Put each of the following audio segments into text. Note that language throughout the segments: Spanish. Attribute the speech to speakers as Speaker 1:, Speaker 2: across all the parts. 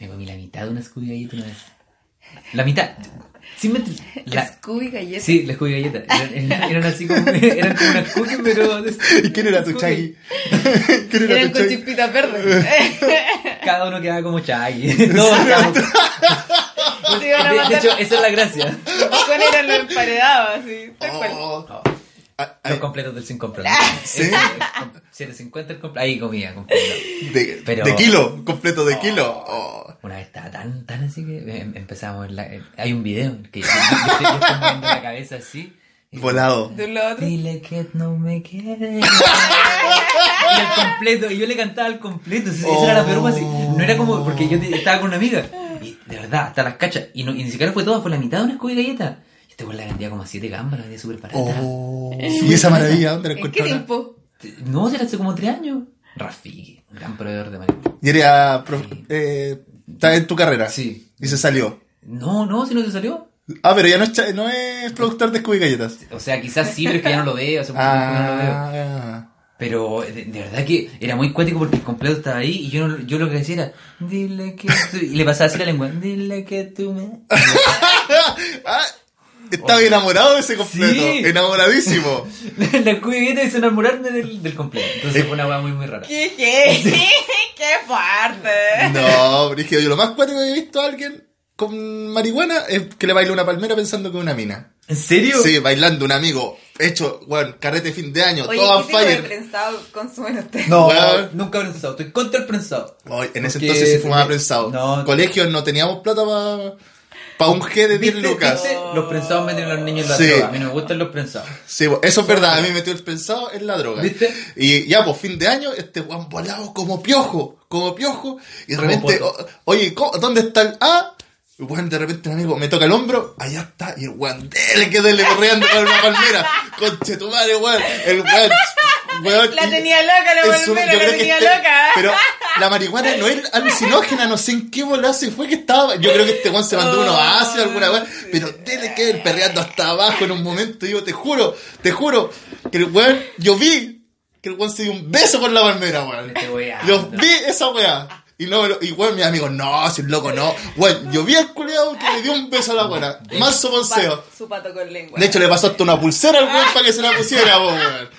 Speaker 1: Me comí la mitad de una Scooby galleta una vez. La mitad. Sin mentir. La...
Speaker 2: Scooby galleta.
Speaker 1: Sí, la Scooby galleta. Eran, eran así como, eran como unas cookies, pero... este
Speaker 3: ¿Y quién era tu
Speaker 1: Scooby.
Speaker 3: Chaggy? ¿Quién era
Speaker 2: Eran
Speaker 3: tu
Speaker 2: con
Speaker 3: Chaggy?
Speaker 2: chispitas verdes.
Speaker 1: Cada uno quedaba como Chaggy. Todos quedamos-
Speaker 2: Se iban
Speaker 1: de,
Speaker 2: a
Speaker 1: de
Speaker 2: matar.
Speaker 1: hecho, esa es la gracia.
Speaker 2: Con era lo emparedaba, así. Tal cual.
Speaker 3: Oh.
Speaker 1: No,
Speaker 3: Ah, ah,
Speaker 1: los completos del sin comprar.
Speaker 3: ¿Sí?
Speaker 1: 7.50 el completo. Ahí comía completo.
Speaker 3: de,
Speaker 1: Pero-
Speaker 3: de kilo, completo de kilo. Oh.
Speaker 1: Una vez estaba tan, tan así que em- empezamos. La, em- hay un video en que yo, yo estoy yo estoy moviendo la cabeza así. y-
Speaker 3: Volado.
Speaker 2: De un lado a otro.
Speaker 1: Dile que no me quiere. y al completo, y yo le cantaba al completo. Esa esa era la peor cosa, así. No era como porque yo te- estaba con una amiga. Y de verdad, hasta las cachas. Y, no, y ni siquiera fue toda, fue la mitad de una escobilla de galleta. Y este güey la vendía como a 7 gambas, la vendía súper barata.
Speaker 3: Oh. ¿Y esa maravilla dónde la
Speaker 2: ¿En qué
Speaker 3: encontró? ahora?
Speaker 2: tiempo?
Speaker 1: No, será hace como 3 años. Rafiki, un gran proveedor de marihuana.
Speaker 3: Y era. pro- eh, está en tu carrera.
Speaker 1: Sí.
Speaker 3: Y se salió.
Speaker 1: No, no, si no se salió.
Speaker 3: Ah, pero ya no es, cha- no es productor de Scooby Galletas.
Speaker 1: O sea, quizás sí, pero es que ya no lo veo. Hace mucho tiempo que no lo veo.
Speaker 3: Ah.
Speaker 1: Pero de, de verdad que era muy cuático porque el completo estaba ahí y yo, no- yo lo que decía era, dile que tú... Y le pasaba así la lengua, dile que tú me...
Speaker 3: Ah, estaba enamorado de ese completo.
Speaker 1: Oh. Sí.
Speaker 3: Enamoradísimo.
Speaker 1: la cubierta hizo enamorarme del, del completo. Entonces fue una hueá muy, muy rara.
Speaker 2: ¡Qué, qué, qué fuerte!
Speaker 3: No, Brígido, yo lo más cuático que he visto a alguien con marihuana es que le baila una palmera pensando que es una mina.
Speaker 1: ¿En serio?
Speaker 3: Sí, bailando un amigo. Hecho, weón, carrete de fin de año,
Speaker 2: Oye,
Speaker 3: todo on
Speaker 2: ¿qué tipo de
Speaker 3: fire.
Speaker 2: prensado consumen ustedes?
Speaker 1: No,
Speaker 3: Weón.
Speaker 1: nunca prensado. Estoy contra el prensado.
Speaker 3: Ay, en ese
Speaker 1: Porque-
Speaker 3: entonces se fumaba
Speaker 1: porque-
Speaker 3: prensado.
Speaker 1: No.
Speaker 3: Colegios no teníamos plata para un G de 10
Speaker 1: ¿Viste?
Speaker 3: lucas.
Speaker 1: ¿Viste? Los prensados meten a los niños en la
Speaker 3: Sí.
Speaker 1: droga. A mí no me gustan los prensados.
Speaker 3: Sí, bo- eso es verdad, a mí me metió el pensado en la droga.
Speaker 1: ¿Viste?
Speaker 3: Y ya, por fin de año, este Juan volado como piojo, como piojo, y de
Speaker 1: Como
Speaker 3: repente,
Speaker 1: poto.
Speaker 3: o- oye, ¿cómo- ¿dónde está el A? Y Juan, de repente, un amigo me toca el hombro, allá está, y el Juan, dele que dele corriendo con una palmera, conche tu madre, Juan, el Juan, Juan,
Speaker 2: La
Speaker 3: y-
Speaker 2: tenía loca, la
Speaker 3: es un-
Speaker 2: palmera,
Speaker 3: yo
Speaker 2: la
Speaker 3: creo que
Speaker 2: tenía
Speaker 3: este-
Speaker 2: loca.
Speaker 3: Pero la marihuana no es alucinógena, no sé en qué bolazo y fue que estaba. Yo creo que este Juan se mandó uno a Asia, alguna weá. Pero tiene que ir perreando hasta abajo en un momento. Y yo te juro, te juro, que el weón, yo vi que el weón se dio un beso con la palmera, weón.
Speaker 1: Este weá.
Speaker 3: Los vi esa weá. Y no, me lo- y weón, mis amigos, no, si es loco, no. Weón, yo vi al culeado que le dio un beso a la weá.
Speaker 2: Su
Speaker 3: Manso
Speaker 2: pato-
Speaker 3: ponceo.
Speaker 2: Su pato con lengua.
Speaker 3: De hecho, le pasó hasta una pulsera al weón para que se la pusiera, po, weón.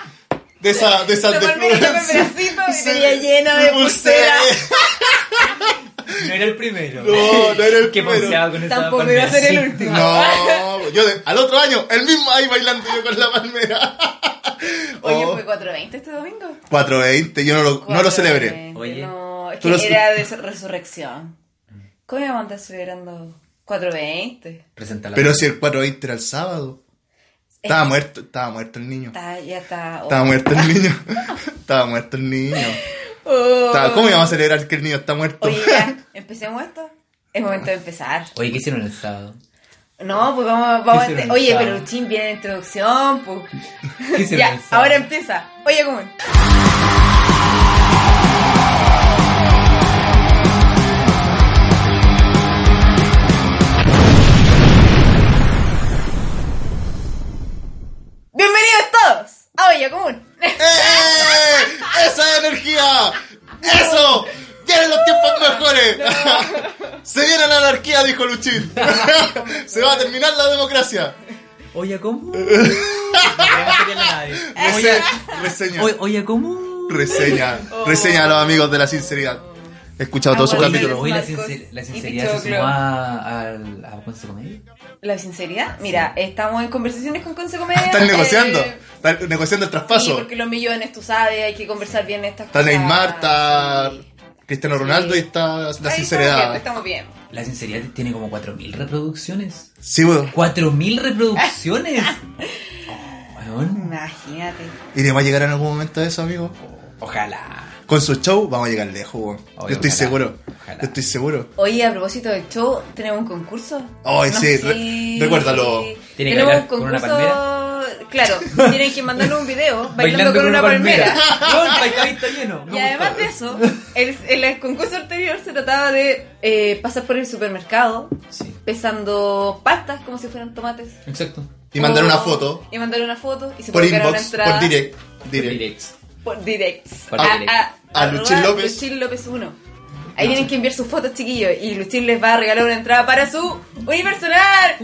Speaker 3: De esa, de esa
Speaker 2: La palmera con el bracito y tenía lleno de pulsera.
Speaker 1: No era el primero.
Speaker 3: No, no era el
Speaker 1: Que
Speaker 3: primero.
Speaker 1: ponceaba con esa
Speaker 2: Tampoco iba
Speaker 1: palmera,
Speaker 2: a ser
Speaker 1: sí.
Speaker 2: el último.
Speaker 3: No, yo de- al otro año, el mismo ahí bailando yo con la palmera.
Speaker 2: Oye,
Speaker 3: Oh,
Speaker 2: ¿fue 4.20 este domingo?
Speaker 3: 420, yo no lo, no lo celebré.
Speaker 2: 4.20,
Speaker 1: Oye.
Speaker 2: No, es
Speaker 3: Tú
Speaker 2: que
Speaker 3: lo-
Speaker 2: era de resurrección. ¿Cómo iba a andar celebrando 4.20?
Speaker 1: Presenta la
Speaker 3: Pero si el 420 era el sábado. Estaba muerto, estaba muerto el niño.
Speaker 2: Está, ya está.
Speaker 3: Estaba muerto el niño. Estaba muerto el niño.
Speaker 2: Oh.
Speaker 3: Estaba- ¿Cómo íbamos a celebrar que el niño está muerto?
Speaker 2: Oye, ya, empecemos esto. Es momento de empezar.
Speaker 1: Oye, ¿qué hicieron el sábado?
Speaker 2: No, pues vamos, vamos a
Speaker 1: Hicieron
Speaker 2: ente-
Speaker 1: el
Speaker 2: Oye,
Speaker 1: sábado.
Speaker 2: pero Chin viene de introducción, pues.
Speaker 1: ¿Qué hicieron
Speaker 2: Ya,
Speaker 1: el sábado?
Speaker 2: ahora empieza. Oye, común. Bienvenidos todos a Oye Común.
Speaker 3: ¡Eh! ¡Esa energía! ¡Eso! ¡Vienen los tiempos mejores! ¡Se viene la anarquía, dijo Luchín! ¡Se va a terminar la democracia!
Speaker 1: Oye, ¿cómo? No voy a hacerle a nadie.
Speaker 3: Rese- reseña.
Speaker 1: Oye, oye, ¿cómo?
Speaker 3: Reseña.
Speaker 2: Oh.
Speaker 3: Reseña a los amigos de la sinceridad. He escuchado todo su
Speaker 1: Oye,
Speaker 2: Aguante
Speaker 3: capítulo.
Speaker 1: Oye, la,
Speaker 2: Marcos
Speaker 1: sincer- la
Speaker 2: y
Speaker 1: sinceridad se
Speaker 2: Pichoclo.
Speaker 1: sumó a, al- a este Conce Comedia.
Speaker 2: La sinceridad, mira, estamos en conversaciones con Conce Comedia.
Speaker 3: Están
Speaker 2: eh,
Speaker 3: negociando. Están negociando el
Speaker 2: Sí,
Speaker 3: traspaso.
Speaker 2: porque los millones, tú sabes, hay que conversar bien estas
Speaker 3: Está
Speaker 2: cosas.
Speaker 3: Neymar, está
Speaker 2: Ah, Sí.
Speaker 3: Cristiano Ronaldo y está la
Speaker 2: Ahí
Speaker 3: sinceridad.
Speaker 2: Estamos bien, estamos bien.
Speaker 1: La sinceridad tiene como 4.000 reproducciones.
Speaker 3: Sí, weón.
Speaker 1: ¡4.000 reproducciones! Oh, weón.
Speaker 2: Imagínate.
Speaker 3: Y va a llegar en algún momento a eso, amigo.
Speaker 1: Ojalá.
Speaker 3: Con su show vamos a llegar lejos, weón. Yo
Speaker 1: Oye,
Speaker 3: estoy
Speaker 1: ojalá.
Speaker 3: seguro.
Speaker 1: Ojalá.
Speaker 3: Yo estoy seguro.
Speaker 2: Oye, a propósito del show, tenemos un concurso.
Speaker 3: Ay, sí, re-
Speaker 2: sí.
Speaker 3: recuérdalo.
Speaker 1: Tiene que
Speaker 2: tenemos
Speaker 1: bailar
Speaker 2: un
Speaker 1: con una
Speaker 2: concurso. Claro, tienen que mandarnos un video bailando, con, una palmera.
Speaker 1: Weón, paisajista lleno. Me
Speaker 2: Y además
Speaker 1: gustó.
Speaker 2: de eso, el, el concurso anterior se trataba de eh, pasar por el supermercado
Speaker 1: Sí,
Speaker 2: pesando pastas como si fueran tomates.
Speaker 1: exacto.
Speaker 3: Y mandar
Speaker 2: O-
Speaker 3: una foto
Speaker 2: Y mandar una foto y Oh. se
Speaker 3: por
Speaker 2: puede ganar una
Speaker 3: inbox,
Speaker 2: entrada.
Speaker 3: por direct. direct.
Speaker 1: Directs.
Speaker 2: Por direct.
Speaker 1: Por
Speaker 2: a,
Speaker 1: direct.
Speaker 2: a-
Speaker 3: A
Speaker 2: arroba
Speaker 3: Luchín López.
Speaker 2: Luchín López 1. Ahí tienen que enviar sus fotos, chiquillos. Y Luchín les va a regalar una entrada para su Universal.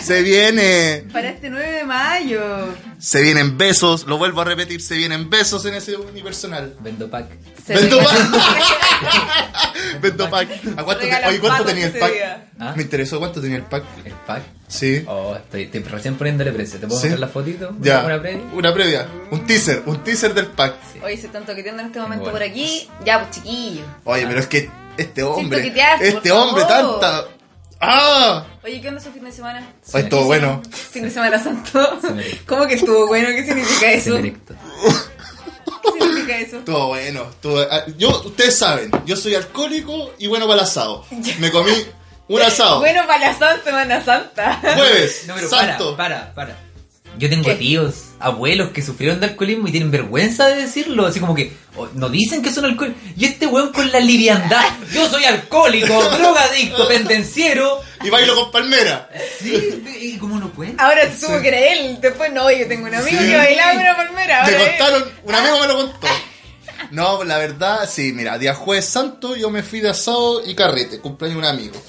Speaker 3: Se viene,
Speaker 2: Para este 9 de mayo.
Speaker 3: se vienen besos, lo vuelvo a repetir, se vienen besos en ese unipersonal.
Speaker 1: Vendo pack.
Speaker 2: Se
Speaker 3: Vendo
Speaker 2: regala-
Speaker 3: pack. Vendo pack. ¿A cuánto, te-
Speaker 2: Regalan
Speaker 3: oye, cuánto
Speaker 2: pack
Speaker 3: tenía el
Speaker 2: ese
Speaker 3: pack?
Speaker 2: día.
Speaker 1: ¿Ah?
Speaker 3: Me interesó cuánto tenía el pack.
Speaker 1: El pack.
Speaker 3: Sí.
Speaker 1: Oh, estoy, estoy recién poniéndole precio. ¿Te puedo
Speaker 3: Sí.
Speaker 1: mostrar la fotito?
Speaker 3: Ya.
Speaker 1: ¿Una previa?
Speaker 3: Una previa. Un teaser. Un teaser del pack.
Speaker 2: Oye, se están toqueteando en este momento
Speaker 1: Bueno.
Speaker 2: por aquí. Ya, pues chiquillos.
Speaker 3: Oye, pero es que este hombre.
Speaker 2: toquetear, por
Speaker 3: Este hombre
Speaker 2: favor.
Speaker 3: tanta. ¡Ah!
Speaker 2: Oye, ¿qué onda su fin de semana?
Speaker 3: Oye, estuvo bueno.
Speaker 2: Fin de semana santo.
Speaker 1: Señorita.
Speaker 2: ¿Cómo que estuvo bueno? ¿Qué significa eso? ¿Qué
Speaker 1: Directo.
Speaker 2: significa eso?
Speaker 3: Estuvo bueno. estuvo- ah, yo, ustedes saben, yo soy alcohólico y bueno para el asado. Me comí un asado.
Speaker 2: Bueno, para la Santa Semana Santa.
Speaker 3: Jueves.
Speaker 1: No, pero
Speaker 3: santo.
Speaker 1: para, para, para. Yo tengo
Speaker 2: ¿Qué?
Speaker 1: tíos, abuelos que sufrieron de alcoholismo y tienen vergüenza de decirlo. Así como que oh, no dicen que son alcohólicos. Y este weón con la liviandad. Yo soy alcohólico, drogadicto, pendenciero.
Speaker 3: Y bailo con palmera.
Speaker 1: Sí, y como no cuenta.
Speaker 2: Ahora se supo que era él. Después no, yo tengo un amigo
Speaker 3: Sí.
Speaker 2: que bailaba con una palmera.
Speaker 3: Me
Speaker 2: Ahora es-
Speaker 3: contaron, un amigo me lo contó. No, pues, la verdad, sí, mira, día jueves santo yo me fui de asado y carrete, cumpleaños de un amigo.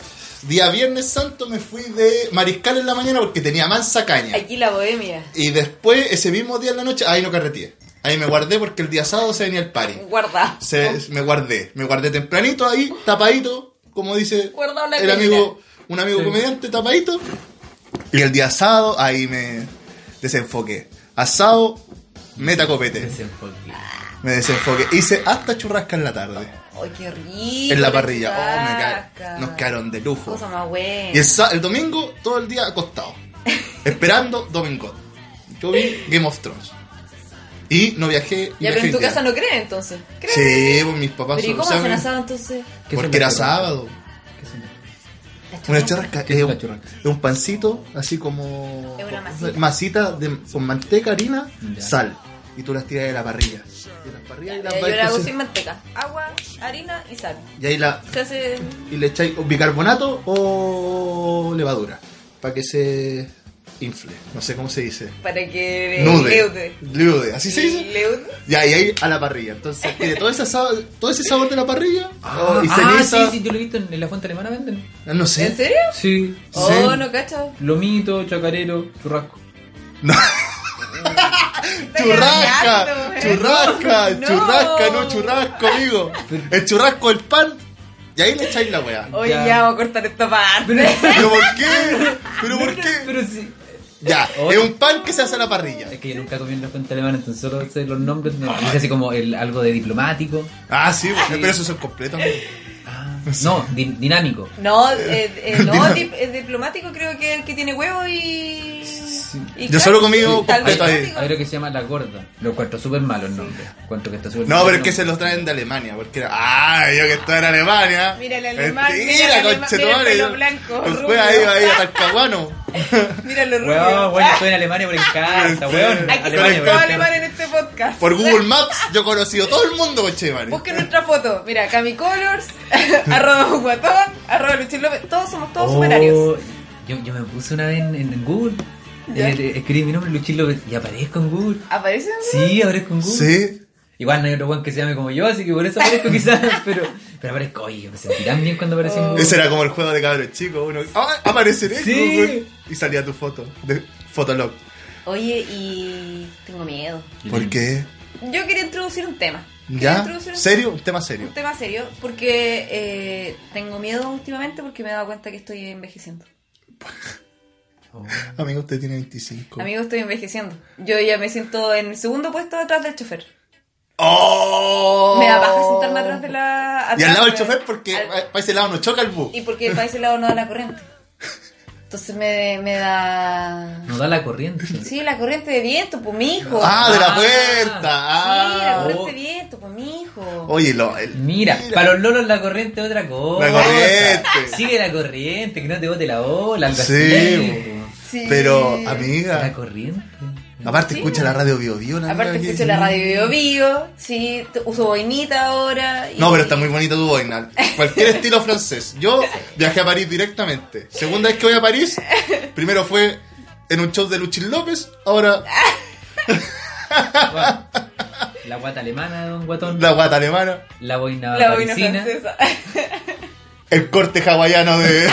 Speaker 3: Día viernes santo me fui de mariscal en la mañana porque tenía mansa caña.
Speaker 2: Aquí la bohemia.
Speaker 3: Y después, ese mismo día en la noche, ahí no carreteé. Ahí me guardé porque el día sábado se venía el party.
Speaker 2: Guarda.
Speaker 3: Se, me guardé, me guardé tempranito ahí, tapadito, como dice
Speaker 2: Guardado la
Speaker 3: el
Speaker 2: cremina.
Speaker 3: amigo, un amigo
Speaker 1: Sí.
Speaker 3: comediante, tapadito. Y el día sábado ahí me desenfoqué. Asado, meta copete.
Speaker 1: Desenfoque.
Speaker 3: Me desenfoqué. Hice hasta churrasca en la tarde.
Speaker 2: Ay, qué rico.
Speaker 3: En la parrilla. Oh, me
Speaker 2: churrasca.
Speaker 3: ca- Nos quedaron de lujo.
Speaker 2: Cosa más buena.
Speaker 3: Y el, sa- el domingo, todo el día acostado. esperando domingo. Yo vi Game of Thrones. Y no viajé. y
Speaker 2: Ya, pero
Speaker 3: viajé
Speaker 2: en tu
Speaker 3: hoy día.
Speaker 2: casa no creen entonces. ¿Creen?
Speaker 3: Sí, pues mis papás
Speaker 2: Pero ¿y
Speaker 3: son-
Speaker 2: cómo hacen
Speaker 3: saben,
Speaker 2: asado entonces?
Speaker 1: ¿Qué son
Speaker 3: Porque
Speaker 1: las
Speaker 3: era
Speaker 1: churrascas?
Speaker 3: sábado.
Speaker 1: ¿Qué son las-
Speaker 3: Una
Speaker 2: churrasca.
Speaker 3: churrasca
Speaker 1: ¿Qué
Speaker 3: es
Speaker 1: es la
Speaker 3: un,
Speaker 1: churrasca?
Speaker 3: es un pancito, así como.
Speaker 2: Es una masita.
Speaker 3: masita de- con manteca, harina,
Speaker 1: Ya.
Speaker 3: sal. Y tú las tiras de la parrilla. De las parrillas y las
Speaker 2: Ya, Eh, Yo
Speaker 3: vais
Speaker 2: la hago sin
Speaker 3: cociendo.
Speaker 2: manteca. Agua, harina y sal.
Speaker 3: Y ahí la,
Speaker 2: Se hace...
Speaker 3: y le echáis o bicarbonato o levadura para que se infle. No sé cómo se dice.
Speaker 2: Para que...
Speaker 3: Nude.
Speaker 2: Leude.
Speaker 3: Leude. Así se dice.
Speaker 2: Leude.
Speaker 3: Ya, y ahí a la parrilla. Entonces, tiene todo ese sabor, todo ese sabor de la parrilla.
Speaker 1: Ah,
Speaker 3: oh, y
Speaker 1: ah,
Speaker 3: ceniza.
Speaker 1: sí, sí, yo lo he visto en, en la fuente alemana venden.
Speaker 3: No sé.
Speaker 2: ¿En serio?
Speaker 1: Sí.
Speaker 2: Oh, no cacho.
Speaker 1: Lomito, chacarero, churrasco.
Speaker 3: Churrasca,
Speaker 2: Está
Speaker 3: churrasca,
Speaker 2: ¿eh? No.
Speaker 3: churrasca, no churrasco, amigo. El churrasco, el pan. Y ahí le echáis la weá.
Speaker 2: Oye,
Speaker 1: Ya.
Speaker 2: ya. vamos a cortar esta parte.
Speaker 1: Pero,
Speaker 3: ¿Pero por qué? ¿Pero por qué?
Speaker 1: pero sí.
Speaker 3: Ya, es un pan que se hace a la parrilla.
Speaker 1: Es que yo nunca comí en la fuente alemana, entonces solo sé los nombres. No, dice así como el, algo de diplomático.
Speaker 3: Ah, sí, pero eso es completo, amigo.
Speaker 1: Ah, no, di- dinámico.
Speaker 2: No, eh, eh, no dip- eh, diplomático creo que es el que tiene huevo y... y
Speaker 3: Yo solo
Speaker 2: carne.
Speaker 3: comí
Speaker 2: Tal vez
Speaker 3: completo ahí.
Speaker 1: Hay lo que se llama la gorda. Lo encuentro súper malo el nombre. Encuentro que está súper
Speaker 3: No,
Speaker 1: malo
Speaker 3: pero
Speaker 1: el
Speaker 3: es que se
Speaker 1: nombre.
Speaker 3: los traen de Alemania, porque era. ¡Ah! Yo que estaba en Alemania.
Speaker 2: Mira el alemán, mira
Speaker 3: Mentira,
Speaker 2: el alemán,
Speaker 3: conchetumare.
Speaker 2: mira el pelo blanco,
Speaker 3: Pues
Speaker 2: rubio.
Speaker 3: fue ahí, ahí, a Talcahuano.
Speaker 2: Mira lo rubio.
Speaker 1: Weón, bueno, estoy en Alemania por encanta, weón.
Speaker 2: Aquí se
Speaker 3: Alemania,
Speaker 1: Alemania,
Speaker 2: todo
Speaker 1: weón.
Speaker 2: alemán en este podcast.
Speaker 3: Por Google Maps yo he conocido todo el mundo, conchetumare.
Speaker 2: Busquen nuestra foto. Mira, CamiColors, arroba guatón, arroba Luchín López. Todos somos todos superarios.
Speaker 1: Oh, yo, yo me puse una vez en, en- en Google.
Speaker 2: Ya.
Speaker 1: Eh, escribí mi nombre, Luchín López, y aparezco en Google.
Speaker 2: ¿Aparecen?
Speaker 1: Sí, aparezco en Google.
Speaker 3: Sí.
Speaker 1: Igual no hay otro weón que se llame como yo, así que por eso aparezco quizás, pero, pero aparezco, oye, me sentí tan bien cuando aparecí en Google.
Speaker 3: Oh. Ese era como el juego de cabros chicos. Uno, ah, apareceré.
Speaker 1: Sí.
Speaker 3: Google. Y salía tu foto de Fotolog.
Speaker 2: Oye, y tengo miedo.
Speaker 3: ¿Por qué?
Speaker 2: Yo quería introducir un tema. Quería
Speaker 3: ¿Ya?
Speaker 2: introducir un-
Speaker 3: ¿Serio? Un tema serio.
Speaker 2: Un tema serio, porque eh, tengo miedo últimamente porque me he dado cuenta que estoy envejeciendo.
Speaker 1: Oh.
Speaker 3: Amigo, usted tiene 25.
Speaker 2: Amigo, estoy envejeciendo. Yo ya me siento en el segundo puesto detrás del chofer.
Speaker 3: ¡Oh!
Speaker 2: Me da paja sentarme atrás de la...
Speaker 3: Y al
Speaker 2: atrás,
Speaker 3: lado del
Speaker 2: weón.
Speaker 3: chofer porque
Speaker 2: Al-
Speaker 3: para ese lado no choca el bus.
Speaker 2: Y porque para ese lado no da la corriente. Entonces me, me da...
Speaker 1: Nos da la corriente.
Speaker 2: Sí, la corriente de viento, pues mi hijo.
Speaker 3: Ah, de la
Speaker 1: Ah.
Speaker 3: puerta.
Speaker 2: Sí, la
Speaker 3: Ah. Oh,
Speaker 2: corriente de viento, pues mi hijo.
Speaker 3: Oye, lo, el-
Speaker 1: Mira, para los loros la corriente es otra cosa.
Speaker 3: La corriente.
Speaker 1: Sigue la corriente, que no te bote la ola, algo
Speaker 3: Sí,
Speaker 1: así.
Speaker 2: Sí.
Speaker 3: Pero,
Speaker 1: La
Speaker 3: amiga,
Speaker 1: corriente.
Speaker 3: aparte
Speaker 2: Sí.
Speaker 3: escucha la radio Bio Bio. la
Speaker 2: Aparte
Speaker 3: amiga que-
Speaker 2: escucho la radio Bio Bio, sí, t- uso boinita ahora. y-
Speaker 3: No, pero está muy bonita tu boina. Cualquier estilo francés. Yo viajé a París directamente. Segunda vez que voy a París, primero fue en un show de Luchín López, ahora
Speaker 1: Bueno, La guata alemana, don Guatón.
Speaker 3: La guata alemana.
Speaker 1: La boina
Speaker 2: La boina
Speaker 1: parisina.
Speaker 2: francesa.
Speaker 3: El corte hawaiano de.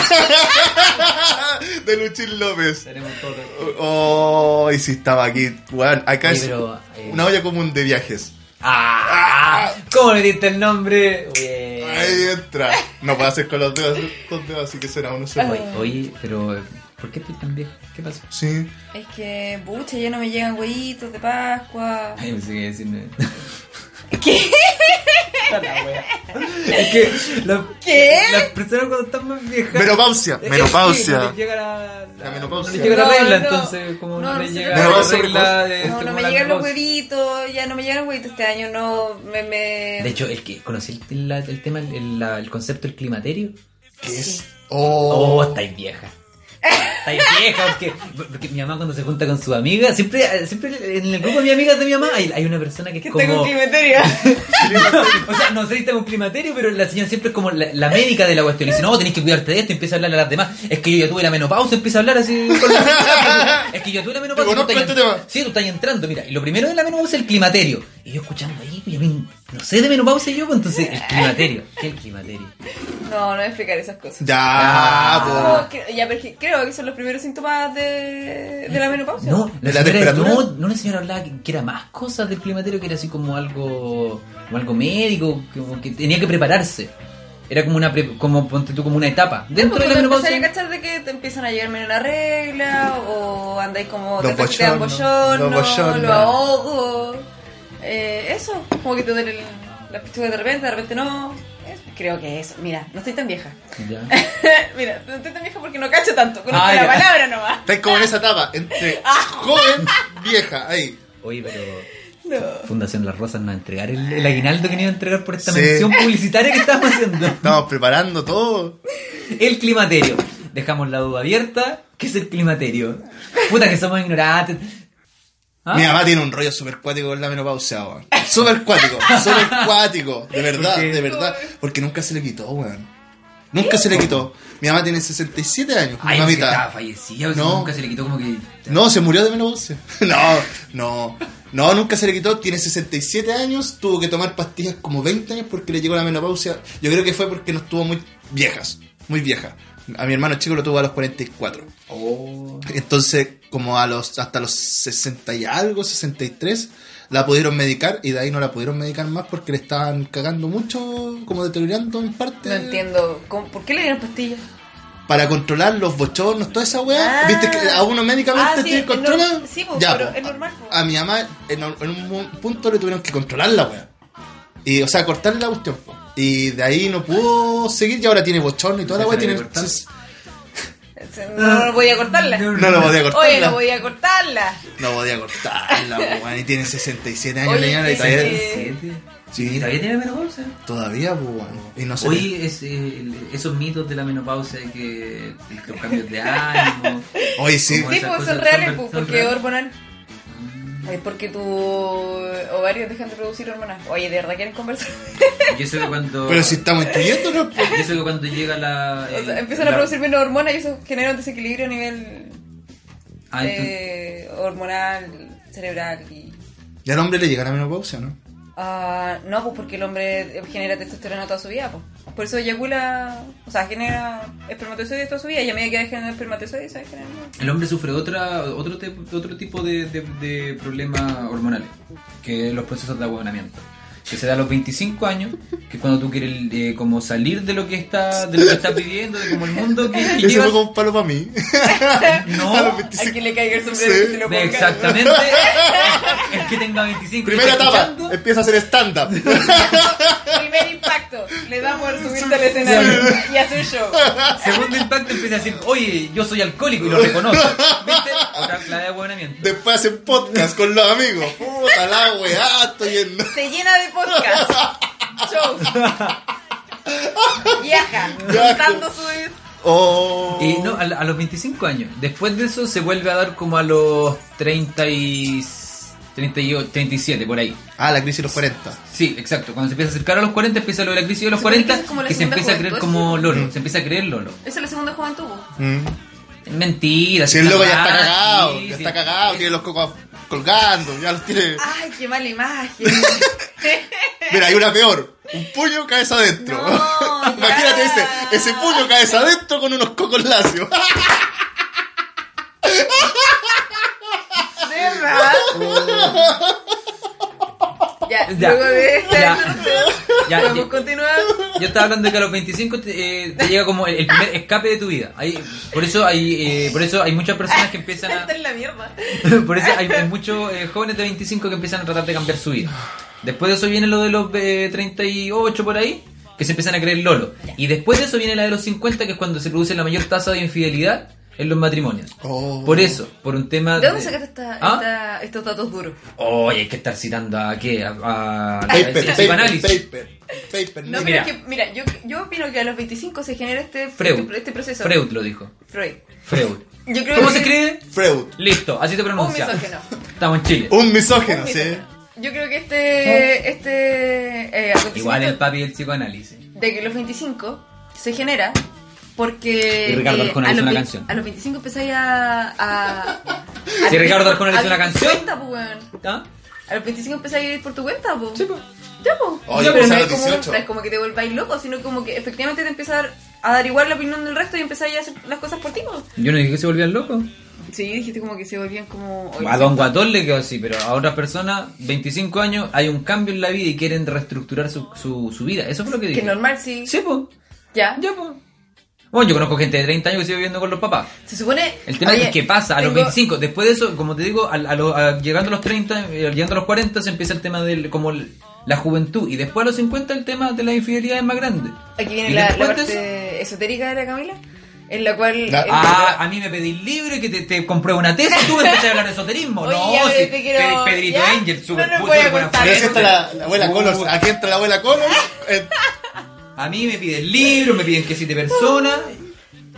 Speaker 3: de Luchín López.
Speaker 1: Tenemos todo.
Speaker 3: Oh, y si estaba aquí. weón, acá
Speaker 1: Oye,
Speaker 3: es
Speaker 1: pero, eh,
Speaker 3: una olla común de viajes.
Speaker 1: ¡Ah! ¿Cómo le diste el nombre? Bien.
Speaker 3: Ahí entra. No puede hacer con los dedos, con dedos, así que será uno solo.
Speaker 1: Oye, oye, pero eh, ¿por qué estoy tan viejo? ¿Qué pasó?
Speaker 3: Sí.
Speaker 2: Es que, pucha, ya no me llegan huevitos de Pascua.
Speaker 1: Ay, me sigue diciendo.
Speaker 2: ¿Qué?
Speaker 1: Es que la-
Speaker 2: ¿Qué?
Speaker 1: las personas cuando están más viejas.
Speaker 3: Menopausia,
Speaker 1: Es que
Speaker 3: menopausia.
Speaker 1: no les llega la,
Speaker 3: La menopausia.
Speaker 1: No les llega la
Speaker 2: No,
Speaker 1: regla,
Speaker 2: no.
Speaker 1: entonces, como no,
Speaker 2: No,
Speaker 1: les
Speaker 2: no
Speaker 1: llega
Speaker 2: sé.
Speaker 1: la
Speaker 3: Menopausia
Speaker 1: regla de.
Speaker 2: No,
Speaker 1: como
Speaker 2: no me
Speaker 1: la
Speaker 2: llegan los
Speaker 1: menopausia.
Speaker 2: huevitos, ya no me llegan los huevitos este año, no, me... me...
Speaker 1: De hecho, el que conocí el, la- el tema, el, la- el concepto del climaterio.
Speaker 3: ¿Qué es?
Speaker 1: Oh,
Speaker 3: Oh.
Speaker 1: estáis vieja. Estáis vieja, porque, porque mi mamá cuando se junta con su amiga, siempre, siempre en el grupo de mis amigas de mi mamá hay, hay una persona que es
Speaker 2: que
Speaker 1: como.
Speaker 2: tengo climaterio.
Speaker 1: O sea, no sé si está con climaterio, pero la señora siempre es como la, la médica de la cuestión. Y dice, no, tenés que cuidarte de esto, y empieza a hablar a las demás. Es que yo ya tuve la menopausia, empieza a hablar así con la señora. Es que yo ya tuve la menopausia.
Speaker 3: Te
Speaker 1: tú
Speaker 3: conozco
Speaker 1: estás
Speaker 3: este
Speaker 1: en-
Speaker 3: tema.
Speaker 1: Sí, tú estás entrando, mira. Y lo primero de la menopausia es el climaterio. Y yo escuchando ahí, y a mí, no sé de menopausia yo, pues entonces, el climaterio. ¿Qué es el climaterio?
Speaker 2: No, no voy a explicar esas cosas. No,
Speaker 3: Ya,
Speaker 1: Ah.
Speaker 3: po.
Speaker 2: cre- ya, pero es que creo que son los primeros síntomas de, de la menopausia.
Speaker 1: No,
Speaker 3: ¿De
Speaker 1: la,
Speaker 3: la
Speaker 1: señora,
Speaker 3: temperatura?
Speaker 1: no, no la señora hablaba que, que era más cosas del climaterio, que era así como algo, como algo médico, como que tenía que prepararse. Era como una, pre- como ponte tú, como una etapa. Dentro de la
Speaker 2: menopausia.
Speaker 1: menopausia.
Speaker 2: a cachar de que te empiezan a llegar menos la regla o andáis como
Speaker 3: Los
Speaker 2: te te dan
Speaker 3: bochornos,
Speaker 2: bochornos,
Speaker 3: los bochornos.
Speaker 2: los ahogos. Eh, eso, como que te duele la- la pistola de repente, de repente no. Es- Creo que eso. Mira, no estoy tan vieja.
Speaker 1: Ya.
Speaker 2: Mira, no estoy tan vieja porque no cacho tanto. Conozco
Speaker 1: Ah,
Speaker 2: la
Speaker 1: ya.
Speaker 2: palabra nomás.
Speaker 3: Estáis como en esa etapa, entre joven, vieja, ahí.
Speaker 1: Oye, pero
Speaker 2: No.
Speaker 1: Fundación Las Rosas nos va a entregar el, el aguinaldo que nos iba a entregar por esta
Speaker 3: Sí.
Speaker 1: mención publicitaria que estamos haciendo.
Speaker 3: Estamos preparando todo.
Speaker 1: El climaterio. Dejamos la duda abierta. ¿Qué es el climaterio? Puta que somos ignorantes. ¿Ah?
Speaker 3: Mi mamá tiene un rollo super cuático con la menopausia, weón. Super cuático, super cuático. De verdad,
Speaker 1: ¿Por qué?
Speaker 3: de verdad. Porque nunca se le quitó, weón. Nunca se le quitó. Mi mamá tiene 67 años, mi
Speaker 1: Ay, es que estaba
Speaker 3: mamita.
Speaker 1: fallecida, pues,
Speaker 3: No.
Speaker 1: nunca se le quitó como que.
Speaker 3: No, se murió de menopausia. No, no. No, nunca se le quitó. Tiene 67 años, tuvo que tomar pastillas como 20 años porque le llegó la menopausia. Yo creo que fue porque no estuvo muy viejas, muy vieja. A mi hermano chico lo tuvo a los 44.
Speaker 1: Oh.
Speaker 3: Entonces, como a los hasta los 60 y algo, 63, la pudieron medicar y de ahí no la pudieron medicar más porque le estaban cagando mucho, como deteriorando en parte.
Speaker 2: No entiendo. ¿Cómo- ¿Por qué le dieron pastillas?
Speaker 3: Para controlar los bochornos, toda esa weá.
Speaker 2: Ah.
Speaker 3: ¿Viste que a uno médicamente
Speaker 2: Ah, sí,
Speaker 3: tiene
Speaker 2: es
Speaker 3: controla?
Speaker 2: nor- sí, pues, pero es normal, pues.
Speaker 1: Ah.
Speaker 3: A, a mi mamá en, un- en un mu- punto le tuvieron que controlar la weá. Y, o sea, cortarle la cuestión. po. Y de ahí no pudo seguir y ahora tiene bochorno y toda la
Speaker 1: Se
Speaker 3: weá.
Speaker 1: la
Speaker 3: Tiene...
Speaker 1: había cortado.
Speaker 2: No, no voy a cortarla.
Speaker 1: No,
Speaker 3: No lo podía cortarla.
Speaker 2: Oye, no voy a cortarla.
Speaker 3: No podía cortarla, weón. Y tiene 67 años,
Speaker 2: Oye,
Speaker 3: leñana, y
Speaker 2: que-
Speaker 3: todavía...
Speaker 2: que-
Speaker 3: Sí.
Speaker 1: Sí. ¿Todavía tiene menopausia?
Speaker 3: Todavía, pues, weón. Y no sé.
Speaker 1: Oye, es, eh, el- esos mitos de la menopausia de que los cambios de ánimo.
Speaker 3: Oye, sí.
Speaker 1: Como
Speaker 2: Sí,
Speaker 1: esas
Speaker 2: pues
Speaker 1: cosas
Speaker 2: son reales,
Speaker 1: son-
Speaker 2: pues,
Speaker 1: son
Speaker 2: porque
Speaker 1: reales.
Speaker 2: hormonal. Es porque tu ovario dejan de producir hormonas. Oye, ¿de verdad quieren conversar?
Speaker 1: Yo sé que cuando.
Speaker 3: Pero si estamos instruyéndonos, pues.
Speaker 1: Yo sé que cuando llega la.
Speaker 2: O sea,
Speaker 1: eh,
Speaker 2: empiezan
Speaker 1: la-
Speaker 2: a producir menos hormonas y eso genera un desequilibrio a nivel
Speaker 1: Ah, entonces-
Speaker 2: eh, hormonal, cerebral y...
Speaker 3: Ya al hombre le llega la menopausia, ¿no?
Speaker 2: Ah, no, pues porque el hombre genera testosterona toda su vida, pues. Por eso eyacula, o sea, genera espermatozoides toda su vida y a medida que va generando espermatozoides, se va generando...
Speaker 1: El hombre sufre otra, otro, te- otro tipo de, de, de problemas hormonales, que es los procesos de aguanamiento. Que se da a los 25 años, que es cuando tú quieres eh, como salir de lo que está, de lo que estás viviendo, de como el mundo que, que
Speaker 3: Eso
Speaker 1: llevas.
Speaker 3: fue como un palo para mí. A los
Speaker 1: No,
Speaker 3: 25.
Speaker 2: A quien le caiga el sombrero
Speaker 3: Sí.
Speaker 2: que se lo ponga.
Speaker 1: exactamente. El que tenga 25 y
Speaker 3: Primera
Speaker 1: está
Speaker 3: etapa,
Speaker 1: escuchando,
Speaker 3: empieza a hacer stand-up.
Speaker 2: Primer impacto, le damos a subirse al escenario y a hacer show.
Speaker 1: Segundo impacto empieza a decir, oye, yo soy alcohólico y lo reconozco. ¿Viste? Otra clave de aguanamiento.
Speaker 3: Después hacen podcast con los amigos. Puta la weá, estoy en.
Speaker 2: Se llena de podcast, shows. Viaja,
Speaker 3: Viaja.
Speaker 2: contando su...
Speaker 3: Oh.
Speaker 1: Y no, a, a los 25 años. Después de eso se vuelve a dar como a los 30 y, 38, 37, por ahí.
Speaker 3: Ah, la crisis de los 40.
Speaker 1: Sí, exacto. Cuando se empieza a acercar a los 40, empieza lo de la crisis de los
Speaker 2: Supongo que
Speaker 1: 40,
Speaker 2: esa es como la
Speaker 1: que se
Speaker 2: segunda
Speaker 1: empieza a creer
Speaker 2: juventud,
Speaker 1: como
Speaker 2: ¿sí?
Speaker 1: Lolo. Se empieza a creer Lolo.
Speaker 2: Esa es la segunda juventud.
Speaker 3: Mm.
Speaker 1: Es mentira.
Speaker 3: Si
Speaker 1: es
Speaker 3: el loco ya
Speaker 1: una
Speaker 3: está
Speaker 1: mala,
Speaker 3: cagado,
Speaker 1: sí,
Speaker 3: ya
Speaker 1: sí.
Speaker 3: está cagado, tiene los cocos colgando, ya los tiene.
Speaker 2: Ay, qué mala imagen.
Speaker 3: Mira, hay una peor. Un puño cabeza adentro.
Speaker 2: No,
Speaker 3: Imagínate
Speaker 2: ya.
Speaker 3: ese, ese puño cabeza adentro con unos cocos lacios.
Speaker 2: De verdad. Ya,
Speaker 1: Ya,
Speaker 2: luego de esta
Speaker 1: ya.
Speaker 2: introducción,
Speaker 1: Ya,
Speaker 2: podemos
Speaker 1: ya.
Speaker 2: continuar.
Speaker 1: Yo estaba hablando de que a los 25 te, eh, te llega como el, el primer escape de tu vida. Ahí- por eso hay eh, por eso hay muchas personas que empiezan a
Speaker 2: Está en la mierda.
Speaker 1: por eso hay, hay muchos eh, jóvenes de 25 que empiezan a tratar de cambiar su vida. Después de eso viene lo de los eh, 38 por ahí, que se empiezan a creer lolo. Y después de eso viene la de los 50, que es cuando se produce la mayor tasa de infidelidad en los matrimonios.
Speaker 3: Oh.
Speaker 1: Por eso, por un tema
Speaker 2: ¿De dónde sacaste esta-
Speaker 1: ¿Ah?
Speaker 2: esta- estos datos duros?
Speaker 1: Oye, hay que estar citando a qué? A,
Speaker 2: Ah,
Speaker 1: a- a-
Speaker 2: este
Speaker 3: Paper,
Speaker 1: a- a
Speaker 3: paper,
Speaker 1: psicoanálisis.
Speaker 3: paper, paper.
Speaker 2: No,
Speaker 1: Y
Speaker 2: pero
Speaker 1: mira.
Speaker 2: es que, mira, yo, yo opino que a los 25 se genera este,
Speaker 1: Freud.
Speaker 2: este, este proceso.
Speaker 1: Freud lo dijo.
Speaker 2: Freud.
Speaker 1: Freud.
Speaker 2: Yo creo
Speaker 1: ¿Cómo
Speaker 2: que-
Speaker 1: se escribe?
Speaker 3: Freud.
Speaker 1: Listo, así te pronuncias.
Speaker 2: misógino.
Speaker 1: Estamos en Chile.
Speaker 3: Un misógino,
Speaker 2: Un
Speaker 3: sí.
Speaker 2: misógino. Yo creo que este, este eh, acontecimiento
Speaker 1: Igual el papi del psicoanálisis.
Speaker 2: de que los 25 se genera porque
Speaker 1: Y Ricardo
Speaker 2: eh,
Speaker 1: Arjona
Speaker 2: a,
Speaker 1: hizo
Speaker 2: los
Speaker 1: una
Speaker 2: vein-
Speaker 1: canción.
Speaker 2: a los 25 empezáis a... a,
Speaker 1: Si Ricardo Arjona hizo
Speaker 2: a-
Speaker 1: una
Speaker 2: a-
Speaker 1: canción.
Speaker 2: cuenta, pues, weón.
Speaker 1: ¿Ah?
Speaker 2: A los 25 empezáis a ir por tu cuenta, pues. Ya, pues.
Speaker 3: Oye,
Speaker 2: Ya,
Speaker 3: pues,
Speaker 2: pero no
Speaker 3: a
Speaker 2: es
Speaker 3: los
Speaker 2: como,
Speaker 3: 18.
Speaker 2: no es como que te volváis loco, sino como que efectivamente te empezar a dar igual la opinión del resto y empezáis a hacer las cosas por ti, pues.
Speaker 1: Yo no dije que se volvían locos.
Speaker 2: Sí, dijiste como que se volvían como...
Speaker 1: A Don Guatón le quedó así, pero a otras personas, 25 años, hay un cambio en la vida y quieren reestructurar su, su, su vida. Eso fue lo que
Speaker 2: Que
Speaker 1: dije.
Speaker 2: normal, sí.
Speaker 1: Sí, po.
Speaker 2: Ya.
Speaker 1: Ya, po. Bueno, yo conozco gente de 30 años que sigue viviendo con los papás.
Speaker 2: Se supone...
Speaker 1: El tema
Speaker 2: Oye,
Speaker 1: es que pasa a los
Speaker 2: tengo-
Speaker 1: 25. Después de eso, como te digo, al- a lo- a- llegando a los 30, eh, llegando a los 40, se empieza el tema de como el- la juventud. Y después a los 50, el tema de la infidelidad es más grande.
Speaker 2: Aquí viene
Speaker 1: Y
Speaker 2: la, la
Speaker 1: después de
Speaker 2: parte
Speaker 1: eso-
Speaker 2: esotérica de la Camila, en la cual...
Speaker 3: La-
Speaker 2: en-
Speaker 1: Ah, a mí me pedís libro y que te, te compré una tesis y tú me empezaste a hablar de esoterismo.
Speaker 2: Oye,
Speaker 1: no,
Speaker 2: ya,
Speaker 1: sí,
Speaker 2: te quiero-
Speaker 1: Pe- Pedrito
Speaker 2: ¿ya?
Speaker 1: Angel, super
Speaker 2: No nos
Speaker 1: puto,
Speaker 2: voy a
Speaker 1: buena
Speaker 2: contar
Speaker 1: fuente.
Speaker 3: Pero si está la, la abuela Colors. Aquí entra la abuela Colors. eh,
Speaker 1: A mí me piden libro, me piden que cite personas.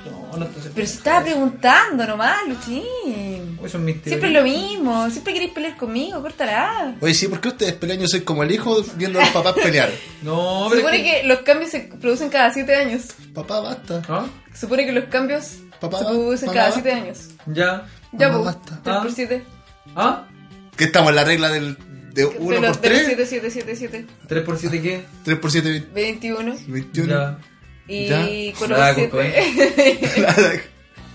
Speaker 1: No, no, entonces.
Speaker 2: Pero se estaba preguntando nomás, Luchín.
Speaker 1: Eso es mi
Speaker 2: Siempre es lo mismo, siempre queréis pelear conmigo, córtala.
Speaker 3: Oye, sí, ¿por qué ustedes pelean? Yo soy como el hijo viendo a los papás pelear.
Speaker 1: No, pero.
Speaker 2: Se
Speaker 1: es
Speaker 2: supone que los cambios se producen cada 7 años.
Speaker 3: Papá, basta.
Speaker 1: ¿Ah?
Speaker 2: Se supone que los cambios
Speaker 3: Papá,
Speaker 2: se producen
Speaker 3: mamá,
Speaker 2: cada
Speaker 3: va.
Speaker 2: 7 años.
Speaker 1: Ya.
Speaker 2: Ya,
Speaker 3: Mamá,
Speaker 2: pues,
Speaker 3: basta.
Speaker 2: 3 por
Speaker 1: Ah.
Speaker 2: 7.
Speaker 1: ¿Ah?
Speaker 3: Que estamos en la regla del,
Speaker 2: De
Speaker 3: de 1
Speaker 2: los
Speaker 3: por 3.
Speaker 2: 7, 7, 7, 7.
Speaker 1: ¿3 por 7 qué?
Speaker 3: 3 por 7,
Speaker 2: 21.
Speaker 3: 21.
Speaker 1: Ya.
Speaker 2: Y
Speaker 3: Ya.
Speaker 2: con
Speaker 1: Ah,
Speaker 2: los
Speaker 1: con
Speaker 2: 7.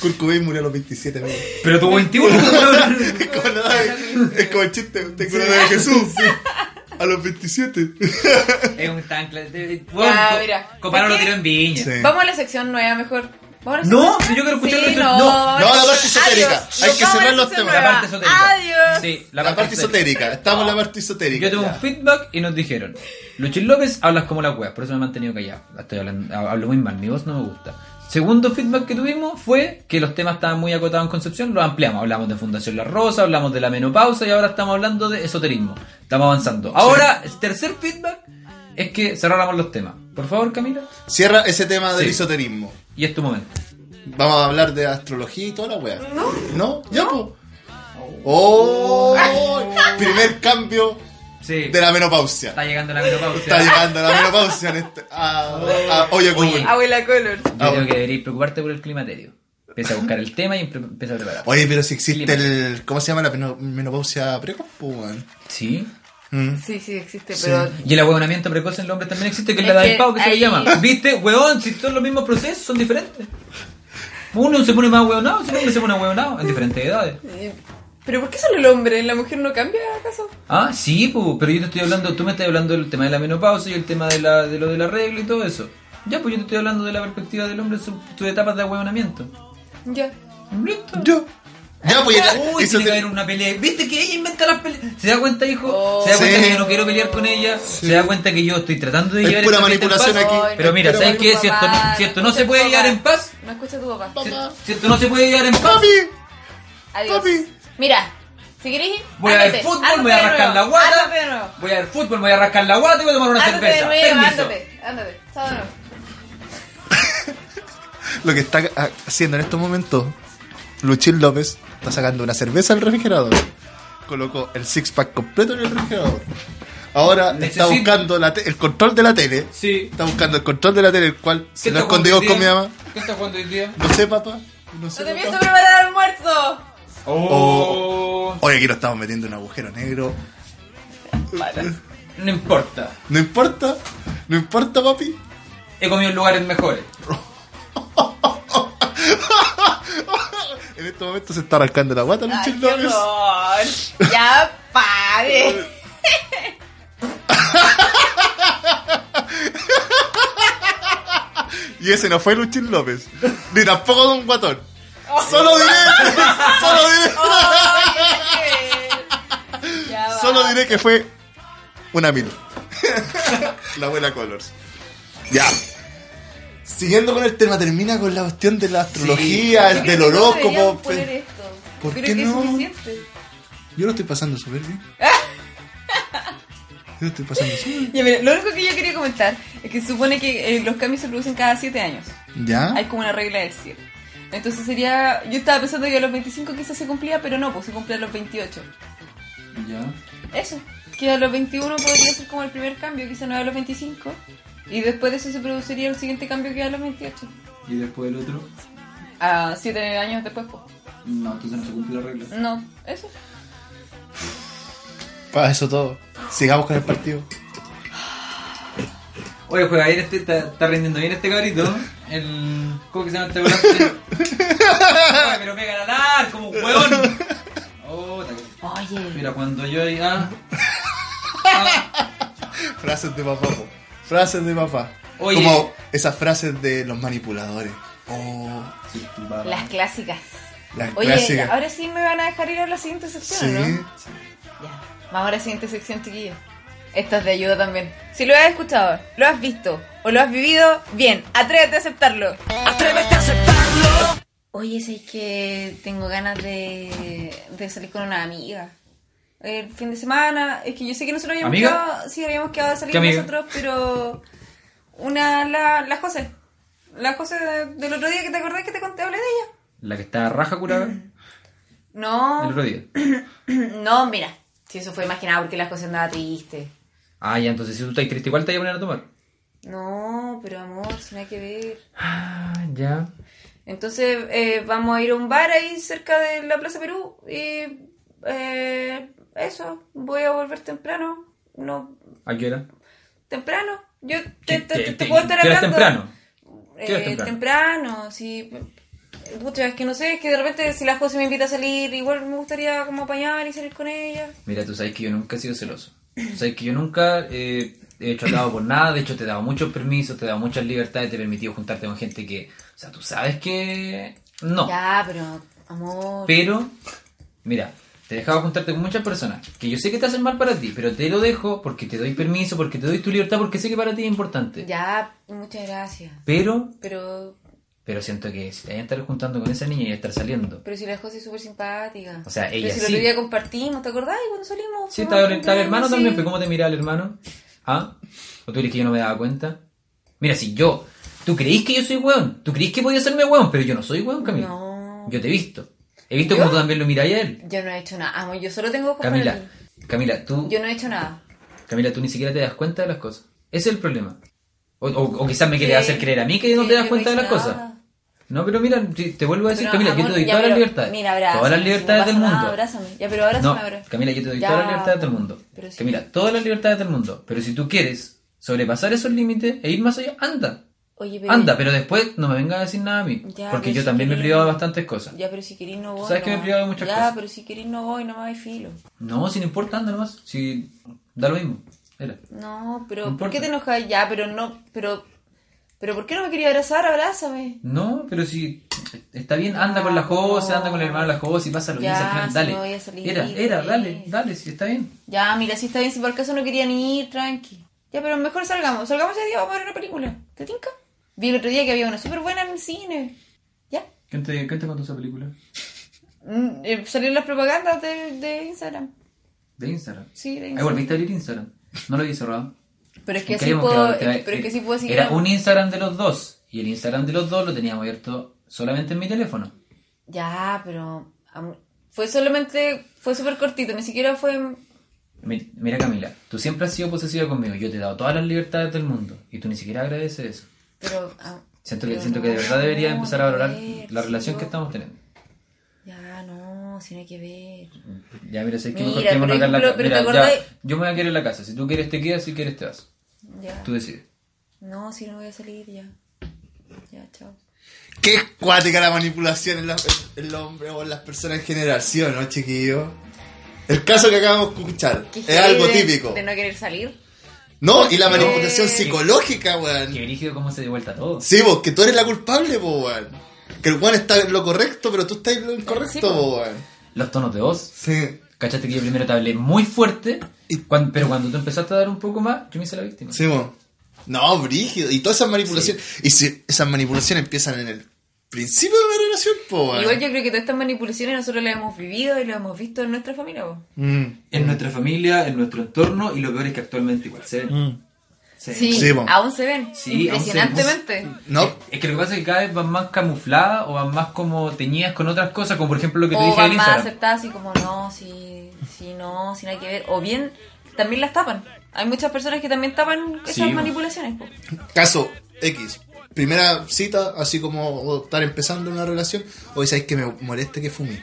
Speaker 3: Kurt Cobain murió a los 27, amigo.
Speaker 1: Pero tu 21,
Speaker 3: Es como, la de- es como el chiste, tengo la edad de Jesús. A los 27.
Speaker 1: Es un tan cla- de- de-
Speaker 2: Ya,
Speaker 1: co-
Speaker 2: mira.
Speaker 1: Comparado lo
Speaker 2: ¿Por qué?
Speaker 1: tiró en viña.
Speaker 3: Sí. pues
Speaker 2: Vamos a la sección nueva mejor. Vamos a la
Speaker 1: No,
Speaker 2: sección-
Speaker 1: yo quiero escuchar
Speaker 2: Sí,
Speaker 1: la sección-
Speaker 2: no,
Speaker 1: no.
Speaker 2: vamos a
Speaker 3: No, la
Speaker 2: sección-
Speaker 3: parte esotérica.
Speaker 2: Adiós.
Speaker 3: Hay
Speaker 2: Nos vamos
Speaker 3: que
Speaker 2: a
Speaker 3: cerrar
Speaker 2: la
Speaker 3: los
Speaker 2: sección
Speaker 3: temas.
Speaker 1: La
Speaker 2: nueva.
Speaker 1: parte esotérica.
Speaker 2: Adiós.
Speaker 1: Sí,
Speaker 3: La, parte esotérica. Estamos en la parte esotérica.
Speaker 1: Yo tuve un
Speaker 3: ya.
Speaker 1: feedback y nos dijeron: Luchín López, hablas como la wea, por eso me he mantenido callado. Estoy hablando, hablo muy mal, mi voz no me gusta. Segundo feedback que tuvimos fue que los temas estaban muy acotados en Concepción, los ampliamos. Hablamos de Fundación La Rosa, hablamos de la menopausa y ahora estamos hablando de esoterismo. Estamos avanzando. Ahora, tercer feedback es que cerráramos los temas. Por favor, Camila.
Speaker 3: Cierra ese tema del
Speaker 1: Sí.
Speaker 3: esoterismo.
Speaker 1: Y es tu momento.
Speaker 3: Vamos a hablar de astrología y toda la wea.
Speaker 2: No.
Speaker 3: ¿No? ¿Ya, po? ¡Oh! Primer cambio
Speaker 1: Sí.
Speaker 3: de la menopausia.
Speaker 1: Está llegando la menopausia.
Speaker 3: Está llegando la menopausia en este, a, a Oye
Speaker 1: Oye.
Speaker 3: Común.
Speaker 2: Abuela Color.
Speaker 1: Yo creo que deberías preocuparte por el climaterio. Empieza a buscar el tema y empieza a preparar.
Speaker 3: Oye, pero si existe el. ¿Cómo se llama la meno- menopausia precoz? po, weón?
Speaker 1: Sí.
Speaker 3: Mm.
Speaker 2: Sí, sí, existe,
Speaker 3: Sí.
Speaker 2: pero
Speaker 1: Y el ahueonamiento precoz en el hombre también existe, que es
Speaker 2: Es
Speaker 1: la
Speaker 2: que
Speaker 1: del pavo que se le
Speaker 2: ahí-
Speaker 1: llama. ¿Viste? Hueón, si son los mismos procesos, son diferentes. Uno se pone más hueonado, el hombre se pone hueonado en diferentes edades.
Speaker 2: ¿Pero por qué solo el hombre? ¿La mujer no cambia acaso?
Speaker 1: Ah, sí, pu, pero yo te estoy hablando, tú me estás hablando del tema de la menopausa y el tema de, la, de lo de la regla y todo eso. Ya, pues yo te estoy hablando de la perspectiva del hombre, sus sus etapas de ahueonamiento.
Speaker 2: Ya.
Speaker 1: Listo.
Speaker 3: Yo. Ya, pues. ya-
Speaker 1: Uy,
Speaker 3: eso
Speaker 1: tiene que
Speaker 3: te-
Speaker 1: haber una pelea. ¿Viste que ella inventa las peleas? ¿Se da cuenta, hijo? ¿Se da cuenta
Speaker 3: Oh. Sí.
Speaker 1: que yo no quiero pelear con ella? ¿Se da cuenta que yo estoy tratando de
Speaker 3: Es
Speaker 1: llevar
Speaker 3: pura
Speaker 1: esta fiesta en
Speaker 3: manipulación
Speaker 1: paz?
Speaker 3: aquí.
Speaker 1: Pero mira,
Speaker 3: Pero
Speaker 1: ¿sabes qué? Si esto, no,
Speaker 2: Papá,
Speaker 1: si esto no
Speaker 2: escucha
Speaker 1: se
Speaker 2: tu
Speaker 1: puede
Speaker 2: papá.
Speaker 1: llevar en paz,
Speaker 2: No escucha tu papá.
Speaker 1: si,
Speaker 3: Papá.
Speaker 1: si esto no se puede llevar en paz,
Speaker 3: ¡Papi!
Speaker 2: Adiós.
Speaker 3: Papi.
Speaker 2: Mira, si querés ir,
Speaker 1: voy a ver
Speaker 2: ándate,
Speaker 1: fútbol,
Speaker 2: ándate
Speaker 1: voy a
Speaker 2: de
Speaker 1: rascar
Speaker 2: nuevo,
Speaker 1: la guata,
Speaker 2: ándate de nuevo,
Speaker 1: voy a ver fútbol, voy a rascar la guata y voy a tomar una
Speaker 2: ándate de
Speaker 1: cerveza.
Speaker 2: nuevo,
Speaker 1: Permiso.
Speaker 2: ándate, ándate. Chao de nuevo.
Speaker 3: Lo que está ah, haciendo en estos momentos, Luchín López está sacando una cerveza del refrigerador. Colocó el six pack completo en el refrigerador. Ahora está
Speaker 1: Necesito-
Speaker 3: buscando la te- el control de la tele.
Speaker 1: Sí.
Speaker 3: Está buscando el control de la tele, el cual se lo
Speaker 1: está jugando
Speaker 3: escondió
Speaker 1: hoy
Speaker 3: con mi
Speaker 1: día?
Speaker 3: mamá.
Speaker 1: ¿Qué está jugando hoy día?
Speaker 3: No sé, papá. No sé.
Speaker 2: No te
Speaker 3: papá.
Speaker 2: pienso preparar almuerzo.
Speaker 1: Oh.
Speaker 2: po.
Speaker 3: Oye, aquí nos estamos metiendo en un agujero negro.
Speaker 1: No importa.
Speaker 3: No importa, no importa, papi.
Speaker 1: He comido en lugares mejores.
Speaker 3: En este momento se está arrancando la guata,
Speaker 2: Ay,
Speaker 3: Luchín
Speaker 2: qué
Speaker 3: López.
Speaker 2: horror. Ya pare.
Speaker 3: Y ese no fue Luchín López. Ni tampoco Don Guatón.
Speaker 2: Oh.
Speaker 3: Solo diré, solo diré,
Speaker 2: Oye. Ya va.
Speaker 3: solo diré que fue una mil. La abuela Colors. Ya. Siguiendo con el tema, termina con la cuestión de la astrología, el
Speaker 2: Creo que
Speaker 3: del
Speaker 2: no deberíamos
Speaker 3: horóscopo. pues.
Speaker 2: poner esto.
Speaker 3: ¿Por
Speaker 2: Creo
Speaker 3: qué
Speaker 2: que es
Speaker 3: no?
Speaker 2: suficiente.
Speaker 3: Yo lo estoy pasando súper bien. Yo lo estoy pasando súper bien.
Speaker 2: Ya, mira, lo único que yo quería comentar es que se supone que eh, los cambios se producen cada 7 años.
Speaker 3: ¿Ya?
Speaker 2: Hay como una regla del 7. Entonces sería. Yo estaba pensando que a los 25 quizás se cumplía, pero no, pues se cumple a los 28.
Speaker 1: Ya.
Speaker 2: Eso. Que a los 21 podría ser como el primer cambio, quizás no a los 25. Y después de eso se produciría el siguiente cambio que es a los 28.
Speaker 1: Y después el otro.
Speaker 2: A 7 años después, pues.
Speaker 1: No, entonces no se cumple la regla.
Speaker 2: No, eso.
Speaker 3: Para eso todo. Sigamos con el partido.
Speaker 1: Oye, juega bien este, está, está rindiendo bien este cabrito. El. ¿Cómo que se llama este volante? Oye, pero me ganará, como un hueón. Oh, ta-
Speaker 2: Oye.
Speaker 1: Mira, cuando yo diga.
Speaker 3: Frases de papá. po. Frases de papá.
Speaker 1: Oye.
Speaker 3: Como esas frases de los manipuladores. Oh,
Speaker 1: Sí, tu papá.
Speaker 2: Las clásicas.
Speaker 3: las
Speaker 2: Oye,
Speaker 3: clásicas.
Speaker 2: ahora sí me van a dejar ir a la siguiente
Speaker 3: sí.
Speaker 2: sección, ¿no? Ya. Vamos a la siguiente sección, chiquillos. Esta es de ayuda también. Si lo has escuchado, lo has visto o lo has vivido, bien, atrévete a aceptarlo. Atrévete a aceptarlo. Oye, sé que tengo ganas de, de salir con una amiga. El fin de semana, es que yo sé que nosotros habíamos
Speaker 1: ¿Amiga?
Speaker 2: quedado, sí, habíamos quedado de salir
Speaker 1: ¿Qué amiga?
Speaker 2: nosotros, pero una, la, la José, la José de- del otro día que te acordás que te conté, hablé de ella.
Speaker 1: La que está raja curada
Speaker 2: No,
Speaker 1: el otro día.
Speaker 2: no, mira, si eso fue imaginado porque la José andaba triste.
Speaker 1: Ah, ya, entonces si tú estás triste, igual te voy a poner a tomar.
Speaker 2: No, pero amor, si nada que ver.
Speaker 1: Ah, ya.
Speaker 2: Entonces eh, vamos a ir a un bar ahí cerca de la Plaza Perú y eh, eso, voy a volver temprano. No,
Speaker 1: ¿A qué hora?
Speaker 2: temprano. Yo te,
Speaker 1: ¿Qué-
Speaker 2: te-
Speaker 1: qué-
Speaker 2: te
Speaker 1: qué-
Speaker 2: puedo estar
Speaker 1: qué hora
Speaker 2: hablando.
Speaker 1: es temprano?
Speaker 2: Eh,
Speaker 1: ¿Qué hora es temprano?
Speaker 2: temprano, sí. Pucha, es que no sé, es que de repente si la José me invita a salir, igual me gustaría como apañar y salir con ella.
Speaker 1: Mira, tú sabes que yo nunca he sido celoso. Tú sabes que yo nunca eh, he tratado por nada. De hecho, te he dado muchos permisos, te he dado muchas libertades, te he permitido juntarte con gente que. O sea, tú sabes que. No.
Speaker 2: Ya, pero amor.
Speaker 1: Pero, mira, te he dejado juntarte con muchas personas que yo sé que te hacen mal para ti, pero te lo dejo porque te doy permiso, porque te doy tu libertad, porque sé que para ti es importante.
Speaker 2: Ya, muchas gracias.
Speaker 1: Pero,
Speaker 2: Pero,
Speaker 1: pero siento que si te voy a estar juntando con esa niña y estar saliendo.
Speaker 2: Pero si la José es súper simpática.
Speaker 1: O sea, ella
Speaker 2: Pero si el
Speaker 1: sí.
Speaker 2: otro día compartimos, ¿te acordás? Y cuando salimos.
Speaker 1: Sí,
Speaker 2: fuimos a
Speaker 1: estaba, el- estaba el
Speaker 2: cumpleaños,
Speaker 1: hermano
Speaker 2: sí.
Speaker 1: también, pero ¿cómo te miraba el hermano? ¿Ah? ¿O tú crees que yo no me daba cuenta? Mira, si yo, tú creís que yo soy weón, tú creís que podía serme weón, pero yo no soy weón, Camila.
Speaker 2: No.
Speaker 1: Yo te he visto. He visto cómo tú también lo miráis a él.
Speaker 2: Yo no he hecho nada. Amo, yo solo tengo ojos
Speaker 1: Camila,
Speaker 2: para ti.
Speaker 1: Camila, tú,
Speaker 2: Yo no he hecho nada.
Speaker 1: Camila, tú ni siquiera te das cuenta de las cosas. Ese es el problema. O, o- o quizás me quieres hacer creer a mí que no
Speaker 2: Sí,
Speaker 1: te das
Speaker 2: Eh, yo
Speaker 1: cuenta de
Speaker 2: hice
Speaker 1: las
Speaker 2: nada.
Speaker 1: cosas. No, pero mira, te te vuelvo a decir,
Speaker 2: Pero,
Speaker 1: Camila, yo
Speaker 2: amor,
Speaker 1: te doy
Speaker 2: ya,
Speaker 1: todas las
Speaker 2: pero-
Speaker 1: libertades.
Speaker 2: Mira, abrázame.
Speaker 1: todas las
Speaker 2: si no
Speaker 1: libertades
Speaker 2: pasa
Speaker 1: del mundo.
Speaker 2: Nada, abrázame. Ya, pero abrázame
Speaker 1: No,
Speaker 2: ahora.
Speaker 1: Camila, yo te doy
Speaker 2: Ya,
Speaker 1: todas las libertades del mundo.
Speaker 2: pero sí.
Speaker 1: Camila, todas las libertades del mundo. Pero si tú quieres sobrepasar esos límites e ir más allá, anda.
Speaker 2: Oye, pero.
Speaker 1: Anda, pero después no me vengas a decir nada a mí.
Speaker 2: Ya,
Speaker 1: porque
Speaker 2: pero
Speaker 1: yo
Speaker 2: si
Speaker 1: también me he
Speaker 2: querés-
Speaker 1: privado de bastantes cosas.
Speaker 2: Ya, pero si querís no voy.
Speaker 1: sabes
Speaker 2: no
Speaker 1: que me he
Speaker 2: voy.
Speaker 1: privado de muchas
Speaker 2: ya,
Speaker 1: cosas.
Speaker 2: pero si querís no voy, no me hay filo.
Speaker 1: No, si no importa, anda nomás. Si da lo mismo. Era.
Speaker 2: No, pero.
Speaker 1: No
Speaker 2: ¿Por qué
Speaker 1: importa.
Speaker 2: te enojas? Ya, pero no. Pero. Pero ¿por qué no me quería abrazar? Abrázame.
Speaker 1: No, pero si está bien, anda
Speaker 2: Ya,
Speaker 1: con la Jose,
Speaker 2: no.
Speaker 1: anda con el hermano de la Jose y pásalo bien.
Speaker 2: Ya,
Speaker 1: si al final,
Speaker 2: si
Speaker 1: dale.
Speaker 2: no voy a salir,
Speaker 1: era, era,
Speaker 2: sí.
Speaker 1: dale, dale, si está bien.
Speaker 2: Ya, mira, si está bien, si por acaso no querían ir, tranqui. Ya, pero mejor salgamos. Salgamos ese día, vamos a ver una película. ¿Te tinca? Vi el otro día que había una súper buena en el cine. ¿Ya?
Speaker 1: ¿Quién te, quién te contó esa película?
Speaker 2: Mm, eh, salieron las propagandas de, de Instagram.
Speaker 1: De Instagram.
Speaker 2: Sí, de
Speaker 1: Ah,
Speaker 2: Instagram.
Speaker 1: igual, viste abrir Instagram. No lo había cerrado.
Speaker 2: Pero es que
Speaker 1: Nunca
Speaker 2: así
Speaker 1: habíamos
Speaker 2: puedo,
Speaker 1: quedado que
Speaker 2: es que- pero es que así puedo seguir.
Speaker 1: eh, Era un Instagram de los dos. Y el Instagram de los dos lo teníamos abierto solamente en mi teléfono.
Speaker 2: Ya, pero... am- Fue solamente... Fue súper cortito, ni siquiera fue...
Speaker 1: Mi- Mira Camila, tú siempre has sido posesiva conmigo. Yo te he dado todas las libertades del mundo. Y tú ni siquiera agradeces eso.
Speaker 2: Pero... am-
Speaker 1: Siento que,
Speaker 2: pero
Speaker 1: siento
Speaker 2: no,
Speaker 1: que de verdad deberías
Speaker 2: no,
Speaker 1: empezar a valorar
Speaker 2: ver,
Speaker 1: la
Speaker 2: si
Speaker 1: relación
Speaker 2: yo-
Speaker 1: que estamos teniendo.
Speaker 2: Ya, no. No, si no hay que ver.
Speaker 1: Ya, mira, si es que
Speaker 2: Mira,
Speaker 1: mejor quedémonos acá en la
Speaker 2: pero-
Speaker 1: casa.
Speaker 2: pero te
Speaker 1: Mira,
Speaker 2: acordás-
Speaker 1: ya, yo me voy a quedar en la casa. Si tú quieres te quedas, si quieres te vas.
Speaker 2: Ya.
Speaker 1: Tú decides.
Speaker 2: No, si no voy a salir, ya. Ya, chao.
Speaker 3: Qué cuática la manipulación en, la- en los hombres o en las personas en general, ¿sí o no, chiquillo? El caso que acabamos de escuchar
Speaker 2: Qué
Speaker 3: es
Speaker 2: heavy
Speaker 3: algo
Speaker 2: de-
Speaker 3: típico.
Speaker 2: De no querer salir.
Speaker 3: No, y la manipulación
Speaker 2: Eh.
Speaker 3: psicológica,
Speaker 1: Qué
Speaker 3: weón.
Speaker 1: brígido cómo se devuelta todo.
Speaker 3: Sí, vos, que tú eres la culpable, po, weón. Que el weón está en lo correcto, pero tú estás en lo
Speaker 2: Sí,
Speaker 3: incorrecto,
Speaker 2: po.
Speaker 3: po, weón.
Speaker 1: Los tonos de voz.
Speaker 3: Sí.
Speaker 1: ¿Cachaste que yo primero te hablé muy fuerte?
Speaker 3: Y-
Speaker 1: cuan- pero cuando tú empezaste a dar un poco más, yo me hice la víctima.
Speaker 3: Sí, mo. No, brígido. Y todas esas manipulaciones. Y si esas manipulaciones empiezan en el principio de una relación, po, weón.
Speaker 2: Igual yo creo que todas estas manipulaciones nosotros las hemos vivido y las hemos visto en nuestra familia. vos.
Speaker 3: Mm.
Speaker 1: En nuestra familia, en nuestro entorno, y lo peor es que actualmente igual se ven. Se
Speaker 2: Sí,
Speaker 3: Sí, po.
Speaker 2: aún se ven.
Speaker 1: Sí, aún se ven.
Speaker 2: impresionantemente.
Speaker 3: No.
Speaker 1: Es que lo que pasa es que cada vez van más camufladas o van más como teñidas con otras cosas, como por ejemplo lo que te
Speaker 2: O
Speaker 1: dije en
Speaker 2: van más
Speaker 1: Instagram.
Speaker 2: aceptadas así como no, si, si no, si no hay que ver. O bien, también las tapan. Hay muchas personas que también tapan esas
Speaker 1: Sí, po.
Speaker 2: manipulaciones. po.
Speaker 3: Caso X. Primera cita, así como o estar empezando una relación. Hoy sabéis que me molesta que fume.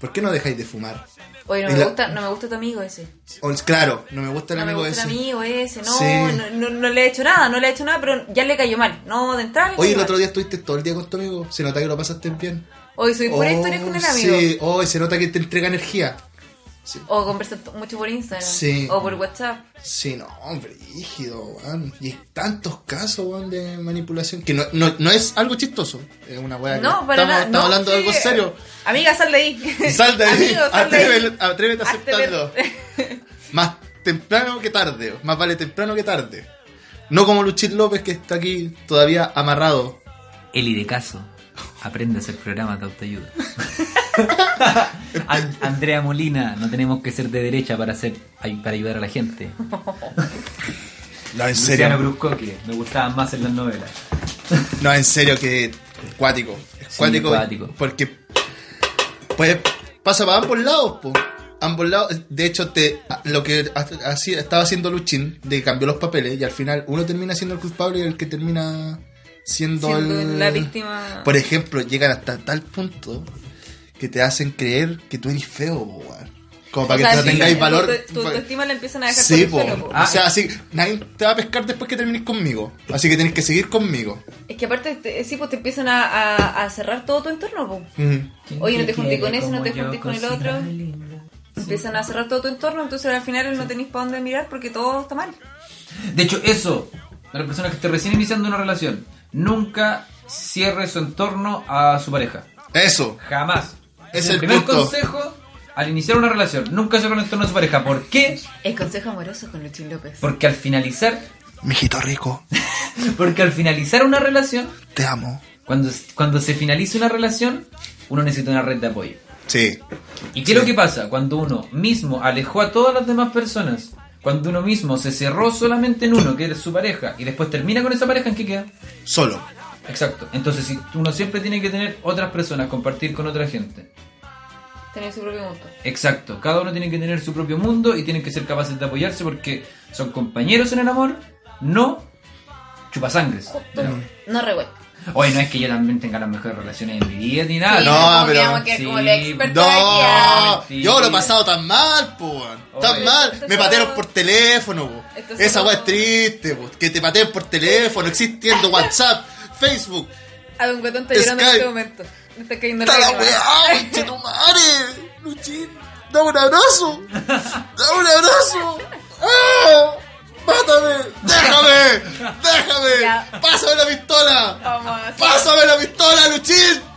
Speaker 3: ¿Por qué no dejáis de fumar?
Speaker 2: Oye, no
Speaker 3: Y
Speaker 2: me,
Speaker 3: la-
Speaker 2: gusta, no me gusta tu amigo ese.
Speaker 3: O, claro, no me gusta el
Speaker 2: No me
Speaker 3: amigo
Speaker 2: gusta
Speaker 3: ese.
Speaker 2: el amigo ese. No,
Speaker 3: Sí.
Speaker 2: no, no, no le he hecho nada, no le he hecho nada, pero ya le cayó mal. No, de entrada. le
Speaker 3: Hoy
Speaker 2: cayó
Speaker 3: el
Speaker 2: mal.
Speaker 3: otro día estuviste todo el día con tu amigo. Se nota que lo pasaste bien.
Speaker 2: Hoy soy pura
Speaker 3: Oh,
Speaker 2: historia con el amigo.
Speaker 3: Sí, hoy se nota que te entrega energía.
Speaker 2: O conversar t- mucho por Instagram.
Speaker 3: Sí.
Speaker 2: O por WhatsApp.
Speaker 3: Sí, no, brígido, weón. Y tantos casos, weón, de manipulación. Que no, no, no es algo chistoso. Es una weá que
Speaker 2: No,
Speaker 3: estamos,
Speaker 2: para nada.
Speaker 3: estamos
Speaker 2: no,
Speaker 3: hablando de
Speaker 2: sí.
Speaker 3: algo serio.
Speaker 2: Amiga, sal de ahí.
Speaker 3: Sal de ahí.
Speaker 2: Amigo, sal de ahí.
Speaker 3: atrévete, atrévete a
Speaker 2: Hazte
Speaker 3: aceptarlo.
Speaker 2: ver-
Speaker 3: Más temprano que tarde. Más vale temprano que tarde. No como Luchín López que está aquí todavía amarrado.
Speaker 1: Eli de caso. Aprende a hacer programas de autoayuda. An- Andrea Molina, no tenemos que ser de derecha para hacer ay- para ayudar a la gente.
Speaker 3: No, en
Speaker 1: Luciano Brusco, que me gustaban más en las novelas.
Speaker 3: No, en serio que es cuático. Es
Speaker 1: Sí,
Speaker 3: cuático.
Speaker 1: cuático.
Speaker 3: Porque pues pasa para ambos lados, po. Ambos lados. De hecho, te, lo que ha- hacía- estaba haciendo Luchín, de que cambió los papeles, y al final uno termina siendo el culpable y el que termina siendo,
Speaker 2: Siendo
Speaker 3: el-
Speaker 2: la víctima.
Speaker 3: Por ejemplo, llegan hasta tal punto que te hacen creer que tú eres feo, po, weón. Como para
Speaker 2: O sea,
Speaker 3: que te
Speaker 2: sí,
Speaker 3: tengáis
Speaker 2: tu-
Speaker 3: valor. pues.
Speaker 2: Tu, tu autoestima la empiezan a dejar
Speaker 3: Sí, pues.
Speaker 2: por
Speaker 3: po.
Speaker 2: el suelo, po.
Speaker 1: Ah,
Speaker 3: o sea, así, nadie te va a pescar después que termines conmigo. Así que tienes que seguir conmigo.
Speaker 2: Es que aparte, te- sí, pues te empiezan a, a- a cerrar todo tu entorno, po.
Speaker 3: Ujú.
Speaker 2: Oye, no te juntes con ese, no te juntes con el otro. Empiezan a cerrar todo tu entorno, entonces al final no tenéis para dónde mirar porque todo está mal.
Speaker 1: De hecho, eso, a la persona que esté recién iniciando una relación, nunca cierre su entorno a su pareja.
Speaker 3: Eso.
Speaker 1: Jamás.
Speaker 3: Es el
Speaker 1: primer
Speaker 3: punto.
Speaker 1: consejo al iniciar una relación. Nunca cierre el entorno a su pareja. ¿Por qué?
Speaker 2: El consejo amoroso con Luchín López.
Speaker 1: Porque al finalizar,
Speaker 3: Mijito rico,
Speaker 1: porque al finalizar una relación,
Speaker 3: te amo.
Speaker 1: cuando, cuando se finaliza una relación, uno necesita una red de apoyo.
Speaker 3: Sí.
Speaker 1: ¿Y qué es lo que pasa? Cuando uno mismo alejó a todas las demás personas, cuando uno mismo se cerró solamente en uno, que es su pareja, y después termina con esa pareja, ¿en qué queda?
Speaker 3: Solo.
Speaker 1: Exacto. Entonces, si uno siempre tiene que tener otras personas, compartir con otra gente.
Speaker 2: Tener su propio gusto.
Speaker 1: Exacto. Cada uno tiene que tener su propio mundo y tienen que ser capaces de apoyarse porque son compañeros en el amor, no chupasangres.
Speaker 2: Justo. No revuelto.
Speaker 1: Oye, no es que yo también tenga las mejores relaciones en mi vida ni nada.
Speaker 2: Sí,
Speaker 3: no,
Speaker 2: como que
Speaker 3: pero-
Speaker 2: vamos a quedar como
Speaker 1: sí,
Speaker 2: la experta de aquí,
Speaker 3: No,
Speaker 2: ah.
Speaker 1: Mentira.
Speaker 3: yo lo he pasado tan mal, po, weón.
Speaker 1: Oye.
Speaker 3: Tan mal.
Speaker 2: Esto
Speaker 3: Me
Speaker 2: es
Speaker 3: patearon
Speaker 2: solo-
Speaker 3: por teléfono, po.
Speaker 2: Esto es
Speaker 3: Esa
Speaker 2: solo-
Speaker 3: weá es triste, po. Que te pateen por teléfono, existiendo WhatsApp, Facebook.
Speaker 2: A Don Guatón está llorando en
Speaker 3: Skype.
Speaker 2: este momento. Me está cayendo
Speaker 3: ¡Está
Speaker 2: la
Speaker 3: la
Speaker 2: lágrima.
Speaker 3: weá, conchetumare! Luchín, da un abrazo. Da un abrazo. ¡Ah! ¡Mátame! ¡Déjame! ¡Déjame!
Speaker 2: Ya.
Speaker 3: ¡Pásame la pistola!
Speaker 2: Vamos.
Speaker 3: ¡Pásame la pistola, Luchín!